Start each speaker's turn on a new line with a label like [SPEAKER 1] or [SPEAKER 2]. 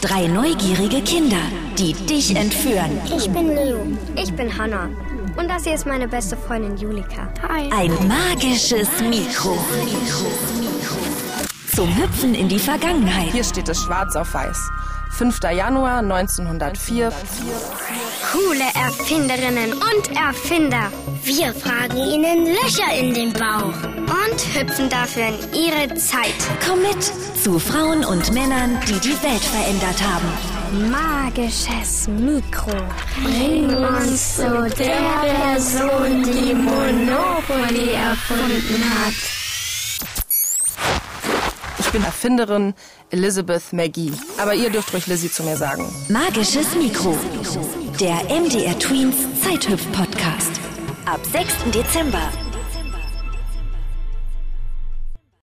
[SPEAKER 1] Drei neugierige Kinder, die dich entführen.
[SPEAKER 2] Ich bin Leo. Ich bin Hanna. Und das hier ist meine beste Freundin Julika. Hi.
[SPEAKER 1] Ein magisches Mikro. Zum Hüpfen in die Vergangenheit.
[SPEAKER 3] Hier steht es schwarz auf weiß. 5. Januar 1904.
[SPEAKER 2] Coole Erfinderinnen und Erfinder. Wir fragen ihnen Löcher in den Bauch. Und hüpfen dafür in ihre Zeit.
[SPEAKER 1] Komm mit zu Frauen und Männern, die die Welt verändert haben.
[SPEAKER 2] Magisches Mikro. Bring uns zu der Person, die Monopoly erfunden hat.
[SPEAKER 3] Ich bin Erfinderin Elizabeth McGee. Aber ihr dürft ruhig Lizzie zu mir sagen.
[SPEAKER 1] Magisches Mikro. Der MDR Tweens Zeithüpf-Podcast. Ab 6. Dezember